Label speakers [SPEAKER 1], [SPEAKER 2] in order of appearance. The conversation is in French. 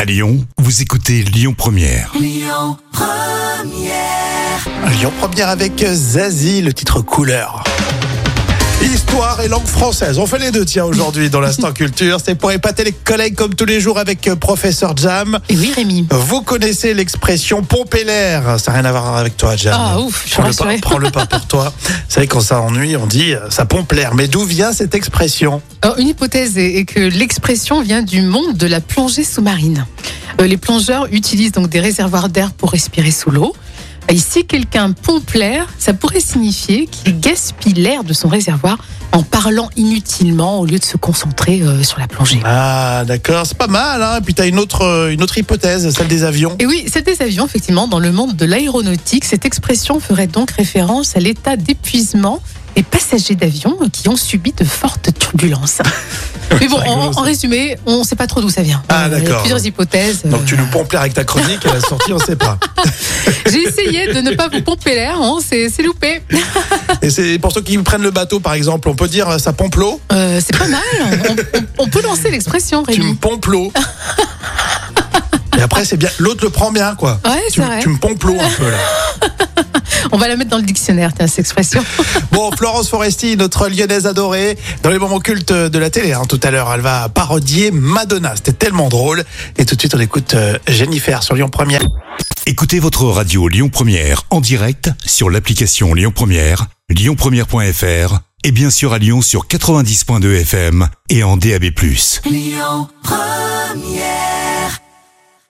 [SPEAKER 1] À Lyon, vous écoutez Lyon Première.
[SPEAKER 2] Lyon Première avec Zazie, le titre couleur. Histoire et langue française. On fait les deux, tiens, aujourd'hui, dans l'instant culture. C'est pour épater les collègues comme tous les jours avec euh, Professeur Jam.
[SPEAKER 3] Et oui, Rémi.
[SPEAKER 2] Vous connaissez l'expression pomper l'air. Ça n'a rien à voir avec toi, Jam.
[SPEAKER 3] Ah, ouf, je suis
[SPEAKER 2] Prends-le pas,
[SPEAKER 3] rassurée.
[SPEAKER 2] prends-le pas pour toi. Vous savez, quand ça ennuie, on dit euh, ça pompe l'air. Mais d'où vient cette expression
[SPEAKER 3] Alors, une hypothèse est est que l'expression vient du monde de la plongée sous-marine. Euh, les plongeurs utilisent donc des réservoirs d'air pour respirer sous l'eau. Et si quelqu'un pompe l'air, ça pourrait signifier qu'il gaspille l'air de son réservoir en parlant inutilement au lieu de se concentrer euh, sur la plongée.
[SPEAKER 2] Ah, d'accord, c'est pas mal. Hein. Et puis, tu as une autre, euh, une autre hypothèse, celle des avions.
[SPEAKER 3] Et oui, c'est des avions, effectivement, dans le monde de l'aéronautique. Cette expression ferait donc référence à l'état d'épuisement des passagers d'avions qui ont subi de fortes turbulences. Mais bon,
[SPEAKER 2] C'est rigolo,
[SPEAKER 3] en, en
[SPEAKER 2] ça.
[SPEAKER 3] résumé, on ne sait pas trop d'où ça vient.
[SPEAKER 2] Ah,
[SPEAKER 3] Euh, Il y a
[SPEAKER 2] d'accord.
[SPEAKER 3] plusieurs hypothèses.
[SPEAKER 2] Donc, tu
[SPEAKER 3] Euh,
[SPEAKER 2] nous pompes l'air avec ta chronique à la sortie, on sait pas.
[SPEAKER 3] J'ai essayé de ne pas vous pomper l'air, hein, c'est c'est loupé.
[SPEAKER 2] Et c'est pour ceux qui prennent le bateau, par exemple, on peut dire euh, ça pompe l'eau
[SPEAKER 3] Euh, c'est pas mal. On, on- on peut lancer l'expression,
[SPEAKER 2] tu me
[SPEAKER 3] Rémi.
[SPEAKER 2] pompes l'eau. Et après, c'est bien. L'autre le prend bien, quoi.
[SPEAKER 3] Ouais,
[SPEAKER 2] Tu,
[SPEAKER 3] c'est vrai.
[SPEAKER 2] tu me pompes l'eau un peu, là.
[SPEAKER 3] On va la mettre dans le dictionnaire, tiens, cette expression.
[SPEAKER 2] Bon, Florence Foresti, notre lyonnaise adorée, dans les moments cultes de la télé, hein, tout à l'heure, elle va parodier Madonna. C'était tellement drôle. Et tout de suite, on écoute euh, Jennifer sur Lyon Première.
[SPEAKER 1] Écoutez votre radio Lyon Première en direct sur l'application Lyon Première, lyonpremière.fr et bien sûr à Lyon sur 90.2 FM et en DAB+.